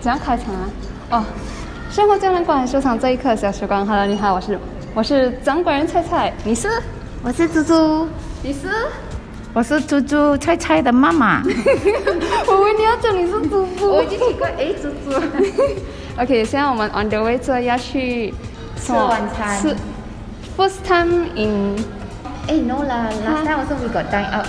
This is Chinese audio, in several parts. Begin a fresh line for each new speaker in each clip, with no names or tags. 怎样开场啊？哦，生活胶囊馆收藏这一刻小时光。Hello，你好，我是我是掌管人菜菜，你是？
我是猪猪，
你是？
我是猪猪菜菜的妈妈。
我问你要叫你是猪猪。
我已经奇怪，哎，猪猪，
OK，现在我们 on the way 这要去吃
晚餐
吃 first time in
哎，no 啦，last time also we got time out，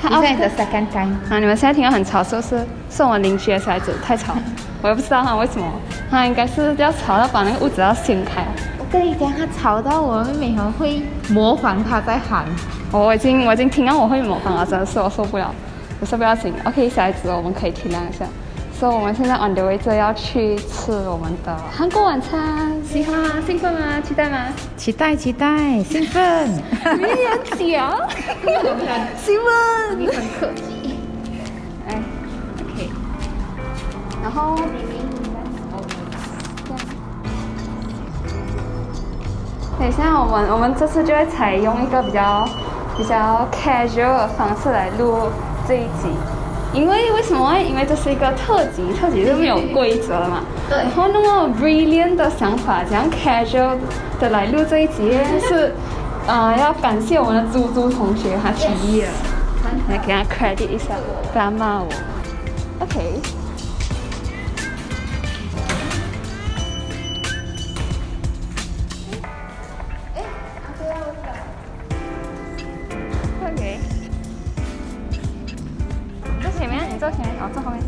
Time
this
out
time is，oh， the second time。
啊，你们现在听到很吵，是不是？是我们邻居的小孩子太吵，我也不知道他为什么，他应该是要吵到把那个屋子要掀开。
我跟你讲，他吵到我妹妹还会模仿他在喊。
我已经我已经听到我会模仿了，真的是我受不了，我受不了紧。OK，小孩子我们可以体谅一下。所、以我们现在 on the way 就要去吃我们的韩国晚餐，喜欢吗？兴奋吗？期待吗？
期待期待，兴奋。
你也 讲，兴奋。
你很客气。
哎，OK。然后，等一下，我们我们这次就会采用一个比较比较 casual 的方式来录这一集，因为为什么会？因为这是一个特辑，特辑是没有规则的嘛。
对
然后那么 brilliant 的想法，怎样 casual 的来录这一集耶是，呃，要感谢我们的猪猪同学，他提议的。来给他 credit 一下，不然骂我。OK。OK 坐前面，你坐前面，哦，坐后面。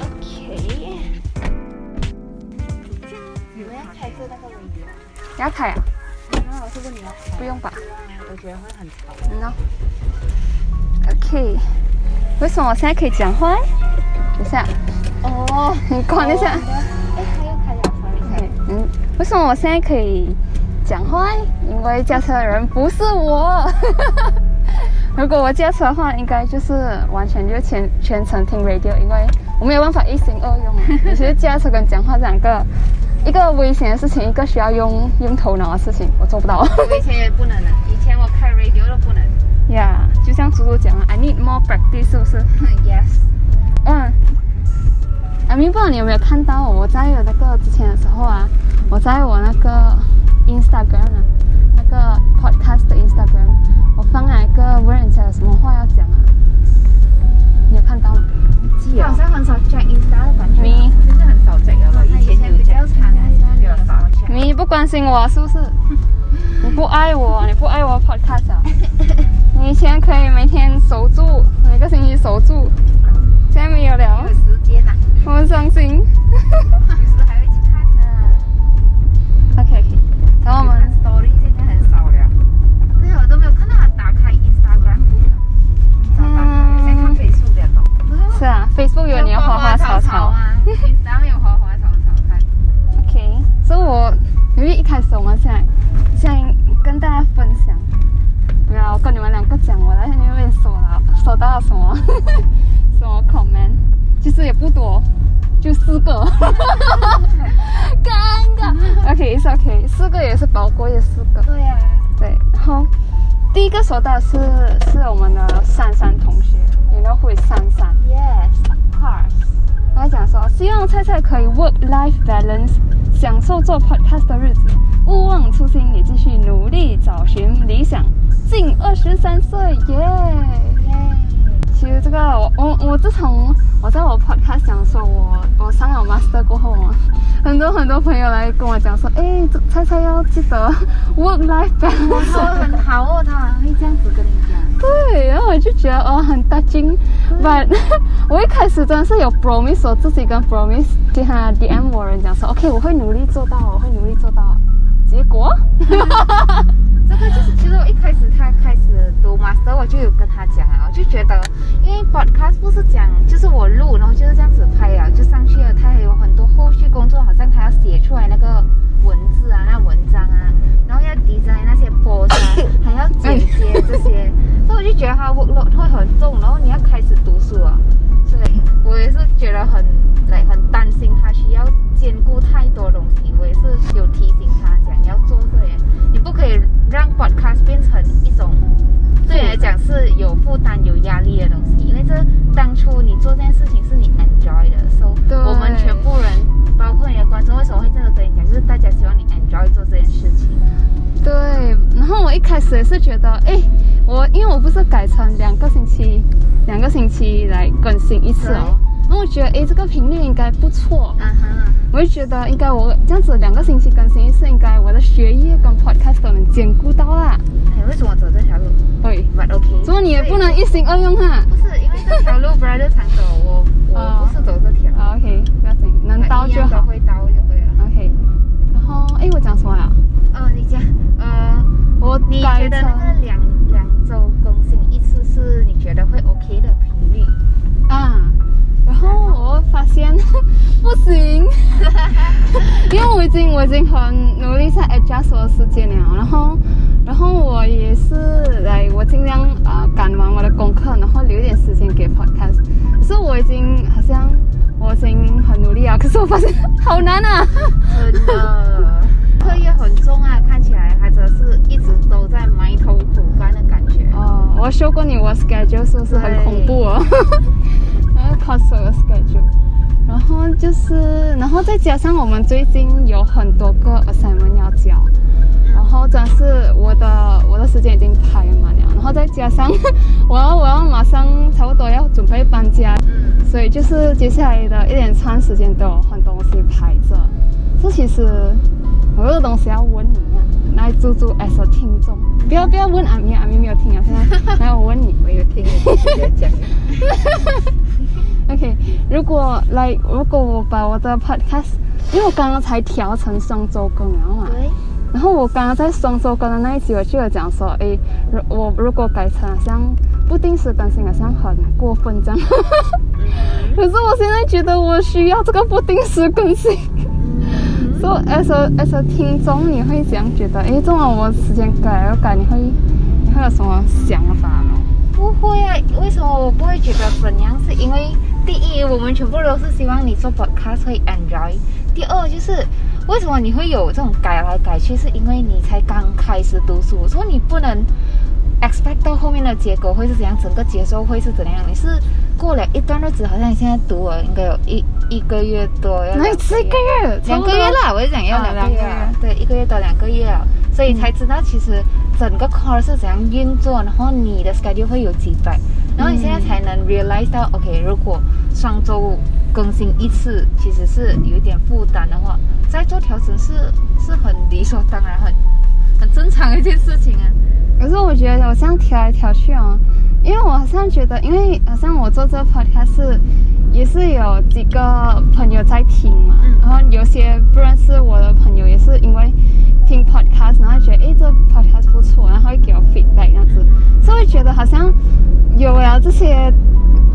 OK。你要开啊？不用吧？我觉得会很吵。No。OK。为什么我现在可以讲话？等一下，
哦，
你关一下。
哎，还要开两分。
嗯嗯，为什么我现在可以讲话？因为驾车的人不是我。 如果我驾车的话，应该就是完全就全全程听 radio，因为我没有办法一心二 用。尤其是驾车跟讲话这两个，一个危险的事情，一个需要用用头脑的事情，我做不到。
我以前也不能啊，以前我开 radio 都 不能。
呀就像猪猪讲啊，I need more practice，是不是？
Yes。
嗯，阿明，不知道你有没有看到我在有那个之前的时候啊，我在我那个 Instagram 啊，那个 podcast 的 Instagram，我放了一个问人家有什么话要讲啊，你有看到吗？
好像很少 check Insta 的感觉。
你
真的很少整了吧？以前有
比较
讲，
长啊，现在比较少 check。
你不关心我啊是不是？你不爱我，啊你不爱我 podcast 啊？你以前可以每天守住，每个星期守住，现在没有了
有，哦时间啊啦，
我很伤心。
有时还会去看的。
OK OK，然后我们
看 story 现在很少了，
哦对，我都没有看到他打开 Instagram，
少打开，现在看倍数了懂？
不是
是啊，Facebook 有你的花花草草。
啊，Insta 没有花花草草看。
OK，所以我因为一开始我们想想跟大家分享，没有啊，我跟你们两个讲，我在那边收了收到了什么 什么 comment，其实也不多，就四个，尴尬。OK，是 OK，四个也是包括也四个。
对啊呀，
对，然后第一个收到的是是我们的珊珊同学，你都会珊珊。
Yes，of course。
他讲说，希望菜菜可以 work life balance，享受做 podcast 的日子，勿忘初心，也继续努力找寻理想。近二十三岁，耶、其实这个我我我自从我在我 podcast 讲说我我上了 master 过后啊，很多很多朋友来跟我讲说，哎，这菜菜要记得 work life
我
balance。
很好哦，他们会这样子跟你讲。
对，然后我就觉得哦很大惊，but 我一开始真的是有 promise 我自己跟 promise 给他 DM 我人讲说 OK 我会努力做到，我会努力做到，结果
这个就是，其实我一开始他开始读 master，我就有跟他讲啊，我就觉得，因为 podcast 不是讲，就是我录，然后就是这样子拍啊，就上去了。他还有很多后续工作，好像他要写出来那个文字啊，那文章啊，然后要 design 那些 post 啊，还要剪接这些，所以我就觉得他 workload 会很重，然后你要开始读书啊，所以我也是觉得很，来很担心他需要兼顾太多东西，我也是有提醒他讲要做这些。你不可以让 podcast 变成一种对你来讲是有负担、有
是觉得，哎，我因为我不是改成两个星期，两个星期来更新一次哦，然后我觉得，哎，这个频率应该不错，
啊哈啊哈，
我就觉得应该我这样子两个星期更新一次，应该我的学业跟 podcast 都能兼顾到啦。
哎，为什么走这条路
对，
？But OK，
怎么你也不能一心二用哈、
不是因为这条路 brother 常走，我我
哦
不是走这条，
啊、？OK，不要紧，能刀
一
就
样都
好。
会刀就对了。
OK，然后哎，我讲什么了？
哦，你讲，呃，
我
你
改
觉得那
成
个两两周更新一次是你觉得会 OK 的频率？
啊，然后我发现 不行，因为我已经我已经很努力在 adjust 我的时间了，然后然后我也是来我尽量啊、呃赶完我的功课，然后留一点时间给 podcast，可是我已经好像我已经很努力啊，可是我发现 好难啊。
真 的，课业呃很重啊，看起来他真的是一直都在埋头苦干的感觉。
哦，我修过你我 schedule 是不是很恐怖哦？ 然后 c o s 的 schedule，然后就是，然后再加上我们最近有很多个 assignment 要交，然
哦
后真是我的我的时间已经排满了，然后再加上 我要我要马上差不多要准备搬家，
嗯，
所以就是接下来的一连串时间都有很多东西排着。这其实我有个东西要问你啊，来猪猪 as a 听众，不要不要问阿咪，阿咪没有听啊。现 在来我问你
我有听你姐姐讲，
，OK？如果来，如果我把我的 podcast，因为我刚刚才调成双周更了嘛，
对，
然后我刚刚在双周更的那一集，我就有讲说，诶，如我如果改成好像不定时更新，好像很过分这样。
嗯
可是我现在觉得我需要这个不定时更新。
嗯
所以 as a as a 听众，你会怎样觉得？诶，这么我时间改了改，你会你会有什么想法呢？
不会啊，为什么我不会觉得怎样？是因为第一，我们全部都是希望你做 podcast 会 enjoy；第二，就是为什么你会有这种改来改去，是因为你才刚开始读书，所以你不能 expect 到后面的结果会是怎样，整个节奏会是怎样。你是过了一段日子，好像你现在读了应该有一一个月多，要
那
两
这个月
啊两个月，啦，我就讲要
啊
两个月
两
啦，嗯对，一个月到两个月了，所以才知道其实整
嗯
个 course 是怎样运作，然后你的 schedule 会有几百，然后你现在才能 realize 到，OK，如果上周更新一次其实是有一点负担的话，再做调整是是很理所当然、很很正常的一件事情啊。
可是我觉得我这样调来调去哦，因为我好像觉得，因为好像我做这个 podcast 是也是有几个朋友在听嘛，
嗯
然后有些不认识我的朋友也是因为听 podcast，然后觉得诶这 podcast 不错，然后会给我 feedback 这样子，所以我觉得好像有了这些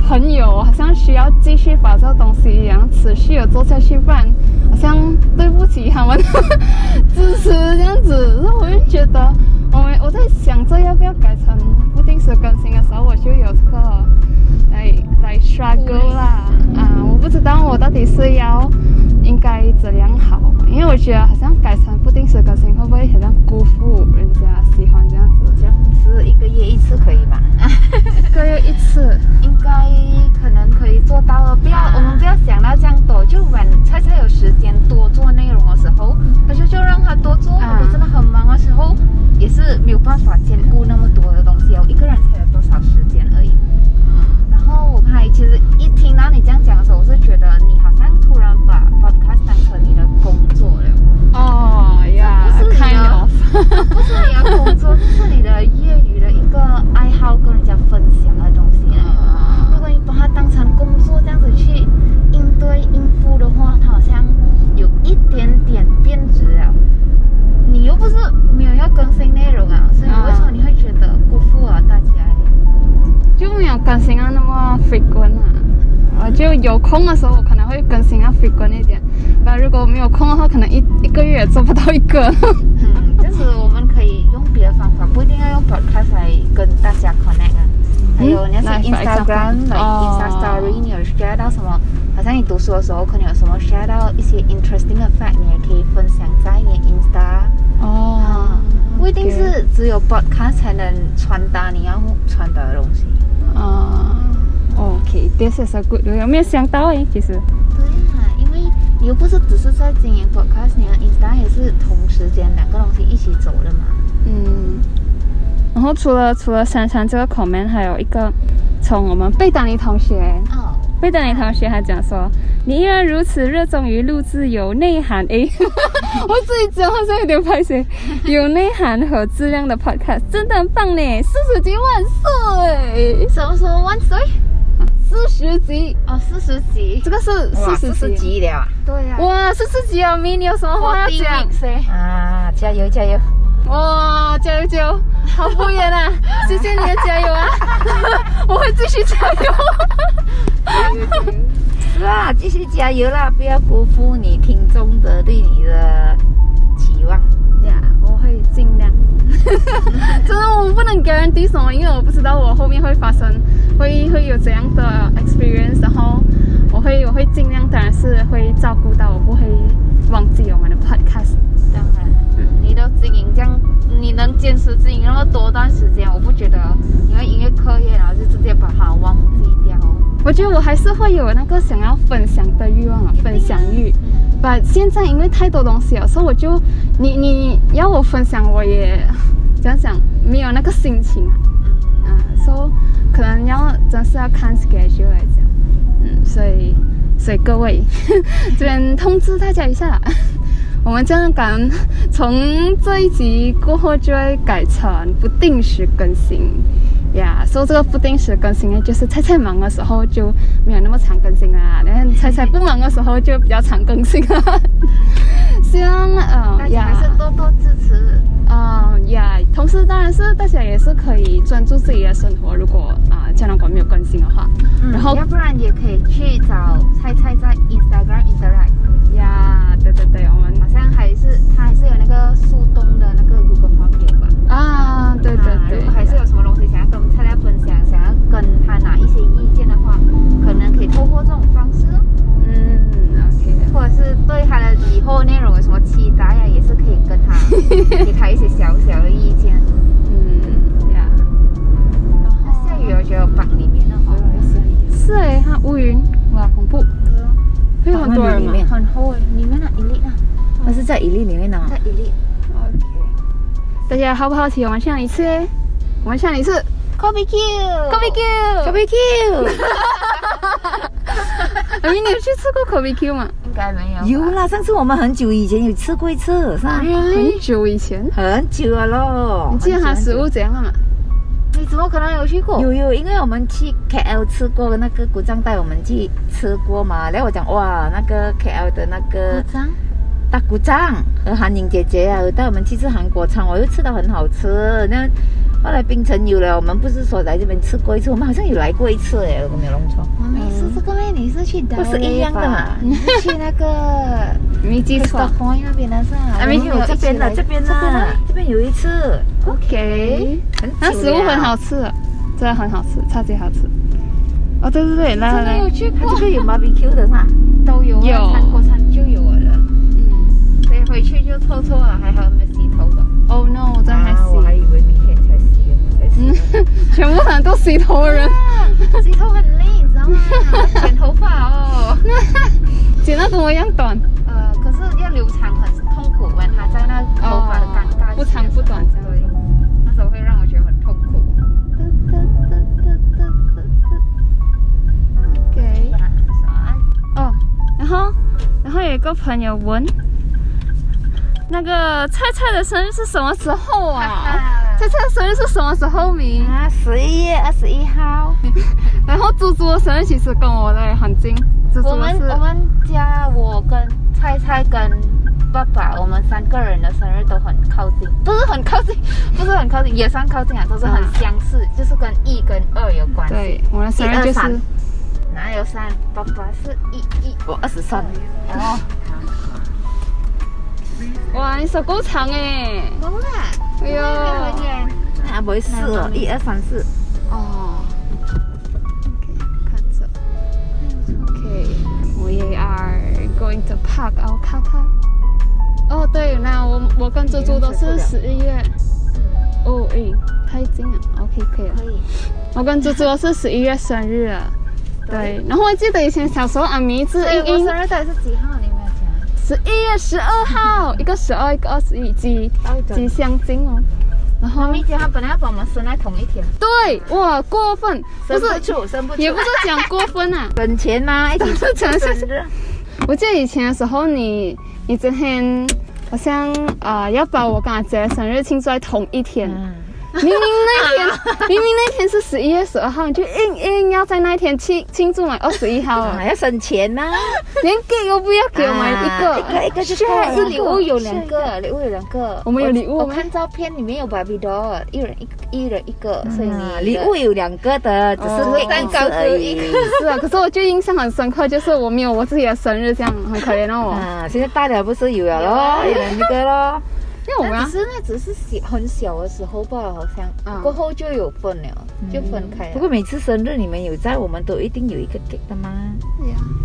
朋友，好像需要继续把这个东西然后持续的做下去，不然好像对不起他们 支持这样子，然后我就觉得。我们我在想着要不要改成不定时更新的时候，我就有这个来来刷歌
嗯
啦啊！我不知道我到底是要应该怎样好，因为我觉得好像改成不定时更新会不会好像辜负人家喜欢这样子？
这样是一个月一次可以 吧？
一个月一次，
应该可能可以做到了。不要，我们不要想到这样多。就晚菜菜有时间多做内容的时候，可是就让他多做。
啊
我真的很忙的时候，也是没有办法兼顾那么多的东西哦。我一个人才有多少时间而已。然后我还其实一听到你这样讲的时候，我是觉得你好像突然把 podcast 当成你的工作了。
哦呀
这不是你
，kind
啊
of，
不是你的工作，这是你的业余的一个爱好，跟人家分享的东西来的。如果你把它当成工作这样子去应对应付的话，它好像有一点点变质了。你又不是没有要更新内容啊，所以为什么你会觉得辜负了大家？
就没有更新到啊那么 frequent 啊。我就有空的时候，我可能会更新要啊 frequent 一点，但如果没有空的话，可能一一个月也做不到一个。
嗯，就是我们可以用别的方法，不一定要用 podcast 来跟大家 connect 啊。还有你要
嗯
去
，like for example
Instagram、来
哦
Insta Story，你有 share 到什么？好像你读书的时候，可能有什么 share 到一些 interesting 的 fact，你也可以分享在你的 Insta。
哦
啊，不一定是只有 podcast 才能传达你要传达的东西。
啊、o k t h i s is a good way。我没有想到诶，其实
对啊，因为你又不是只是在经营 podcast，你的 Insta 也是同时间两个东西一起走的嘛。
嗯，然后除了除了珊珊这个 comment，还有一个从我们贝丹妮同学，
哦，
贝丹妮同学还讲说，你依然如此热衷于录制有内涵，诶， 我自己讲好像有点拍谁，有内涵和质量的 podcast 真的很棒呢，四十集万岁，
什么什么万岁？
四十集，
哦，四十集，
这个是四
哇，四
十
十
集，
集了啊
对呀、
哇，四十集啊，咪你有什么话要
第一
讲？
谁？
啊！加油加油！
哇，加油加油，好敷衍啊！谢谢你的加油啊， 我会继续加油。
是啊，继续加油啦！不要辜负你听众的对你的期望。
呀，我会尽量。 真的，我不能 guarantee 什么，因为我不知道我后面会发生，会会有怎样的 experience，然后我会我会尽量，当然是会照顾到，我不会忘记我们的 podcast。
当然了，你都经营这样，你能坚持经营那么多段时间，我不觉得你会因为课业然后就直接把它忘记掉。
我觉得我还是会有那个想要分享的欲望啊，分享欲。
嗯，
把现在因为太多东西了，所以我就你你要我分享，我也怎样讲没有那个心情啊。嗯，所以可能要真是要看 schedule 来讲，嗯，所以所以各位 这边通知大家一下啦， 我们这样感恩从这一集过后就会改成不定时更新。呀，说、这个不定时更新呢，就是菜菜忙的时候就没有那么常更新啊啦，然后菜菜不忙的时候就比较常更新了。 希望呃
大家还
呀
是多多支持。
嗯呀，同时当然是大家也是可以专注自己的生活。如果啊，江南馆没有更新的话，
嗯
然后
要不然也可以去找菜菜在 Instagram interact，
呀，对对对，我们
好像还是他还是有那个树洞的那个 Google Form 有吧？
啊，对对
啊
对，
如果还是有什么东西想要跟我们菜菜分享，想要跟他拿一些意见的话，可能可以透过这种方式哦。
嗯，OK 的。
或者是对他的以后内容有什么期待呀、也是可以跟 他给他一些小小的意见。
嗯呀，
那啊下雨，我觉得榜里面的话，
是哎，它乌云哇，恐怖，
啊
会有很多人
里
吗
面，
很厚，里面的一粒啊，
那是在伊利里面的、哦。
在一粒。
大家好不好奇？我们上一次哎，我们上一次
Copy Q，Copy
Q，
B Q
阿明，你有去吃过 c o b Q 吗？
应该没
嗯
有。
有啦，上次我们很久以前有吃过一次，是吧？
很久以前，
很久了咯。
你记得它
很久
食物怎样了吗？
你怎么可能有去过？
有有，因为我们去 KL 吃过那个古藏带，我们去吃过嘛。然后我讲哇，那个 KL 的那个
张，
大古藏和韩颖姐姐啊，有带我们去吃韩国餐，我又吃到很好吃。那后来槟城有了，我们不是说来这边吃过一次，我们好像有来过一次诶，如果没有弄错。
我们是这个妹，你嗯是去的，
不是一样的嘛
你是去那 个
没记
c r
错
y。Point 那边的是吧？
还没
我们
有
有
这边的，
一起
这
来
边的， 这边有一次，
OK，
很久
那食物
了
很好，吃，真的很好吃，超级好吃。哦，对对对，来来
真的
来
有，去
它
过
这，个有 barbecue 的是吧？
都有啊，
有
韩国餐就有了。
嗯
所以回去就偷偷啊，还好没洗头 的。
，Oh no，真的还
啊，我还
洗，
以为明天才洗，才洗。
全部人都洗头的人，
洗头很累，你知道吗？剪头发哦，
剪到跟我一样短，
呃，可是要留长很痛苦，完它在那头发的尴尬
哦
期的时候、
不长不短这样
对，那时候会让我觉得很痛苦。
OK。
呀早安
哦，然后，然后有一个朋友问，那个菜菜的生日是什么时候啊？菜菜的生日是什么时候明？
啊，十一月二十一号，
然后猪猪的生日其实跟我的很近，猪
我
猪的
们
是
我们家我跟菜菜跟爸爸，我们三个人的生日都很靠近，不是很靠近， 不是很靠近，也算靠近啊，都是很
啊
相似，就是跟一跟二有关系。
对，我的生日
一二
就是
三
哪有三？爸爸是一一
我二十三。
哦，
哇，你手够长哎，
好啦，
哎呦。
远。
啊，不会四哦，一二三四。
哦，OK，看着，OK，we are going to park our car park。哦，对，那我我跟猪猪都是十一月，哦，诶，太近了，OK，可以了。
可以，
我跟猪猪都是十一月生日了，对。然后我记得以前小时候，阿咪是
对，
英
我
英
生日到底是几号？你没有讲。
十一月十二号，一个十二，一个二十一，几
哎
几相近哦。然
妈
后
咪姐她本来要把我们生在同一天，
对哇过分，不
生
是
不出，生不 出，
也不是讲过分啊，
本钱吗？一起出
真是
生日，
我记得以前的时候你，你之前好像啊、呃要把我跟阿姐的生日庆祝在同一天，
嗯，
明明那天明明那天是十一月十二号，你就硬硬要在那一天庆庆祝满二十一号啊
啊，要省钱呐，
连 g 都不要给我们一个，
啊一个一个就够
还是
了。
礼物有两个，礼物有两个。
我们有礼物啊
我
吗
看照片里面有 Barbie doll，一人一一人一个，所以
啊
你
礼
的
物有两个的，只是
哦
给一次而已。
是啊，可是我就印象很深刻，就是我没有我自己的生日，这样很可怜 哦我，
啊，现在大了不是有了咯，有了那个咯。
因为我们
那
要
只是那只是小很小的时候吧，好像、
嗯
过后就有分了，就分开了。
不过每次生日你们有在，我们都一定有一个 cake 的嘛。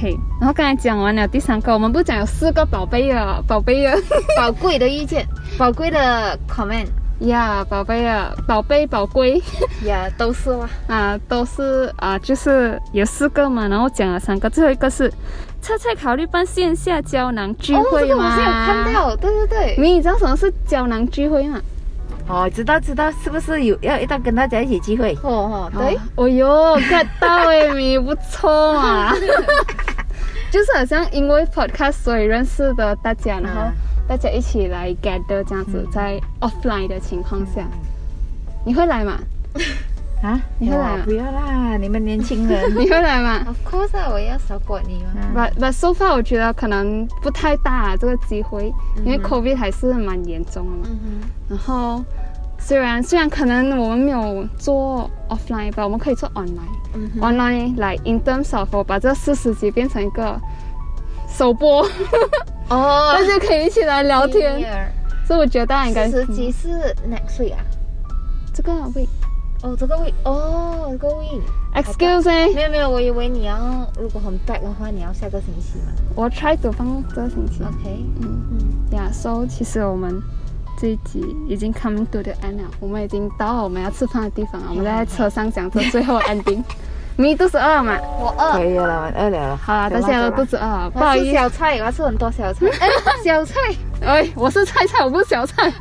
嘿，然后刚才讲完了第三个，我们不是讲有四个宝贝啊，宝贝啊，
宝贵的意见，宝贵的 comment
呀，宝贝啊，宝贝宝龟。
呀，都是哇。
啊、都是啊、就是有四个嘛，然后讲了三个，最后一个是菜菜考虑办线下胶囊聚
哦，这
会
个
吗？
我是有看。到，对对对，
你知道什么是胶囊聚会吗？
哦，知道知道，是不是有要一道跟大家一起聚会？
哦哦对。
哦，哦哟，get 到哎，你不错嘛。就是好像因为 podcast 所以认识的大家，然后
嗯
大家一起来 gather 这样子，在 offline 的情况下，你会来吗？
啊，
你会来
哇
吗
不要啦，你们年 轻人。
你会来吗？
Of course 啊，我要 support 你啊嘛。
嗯
But but so far，我觉得可能不太大、啊这个机会，因为 COVID 还是蛮严重的嘛。
嗯
然后虽然虽然可能我们没有做 offline 吧，我们可以做 online。
哼，嗯哼，
online 来 in terms of 我把这四十集变成一个首 播，
哦
大家可以一起来聊天。所以我觉得大家应该
四十集是 next week 啊？
这个 wait。
哦，这个 week，哦，这个 week。
Excuse me，
没有没有，我以为你要如果很 back 的话，你要下个星期嘛。
我 try to 放这个星期。
OK，
嗯。
嗯，
呀、yeah,，so 其实我们这一集已经 coming to the end 了，我们已经到了我们要吃饭的地方了，我们在车上讲这最后的 ending。你肚子饿了嘛？
我哎饿
可。以了，我饿了。
好了，大
走吧
家都
走吧
肚子饿了，不
我要
好
吃
意思，
啊小 菜，我要吃很多小菜。小菜，
哎，我是菜菜，我不是小菜。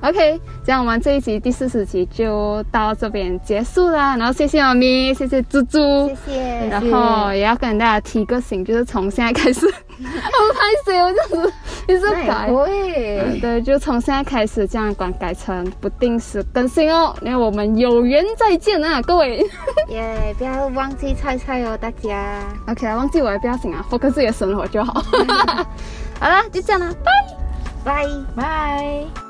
OK，这样我们这一集第四十集就到这边结束啦，然后谢谢妈咪，谢谢猪猪
谢。谢。
然后也要跟大家提个醒，就是从现在开 始，我拍谁我这样子一直
那
改
哎也。会。
嗯对，就从现在开始这样管改成不定时更新哦。那我们有缘再见啊，各位。
耶哎不要忘记菜菜哦，大家。
OK，忘记我的标醒啊，focus 自己的生活就好。好啦，就这样啦，拜。
拜。
拜。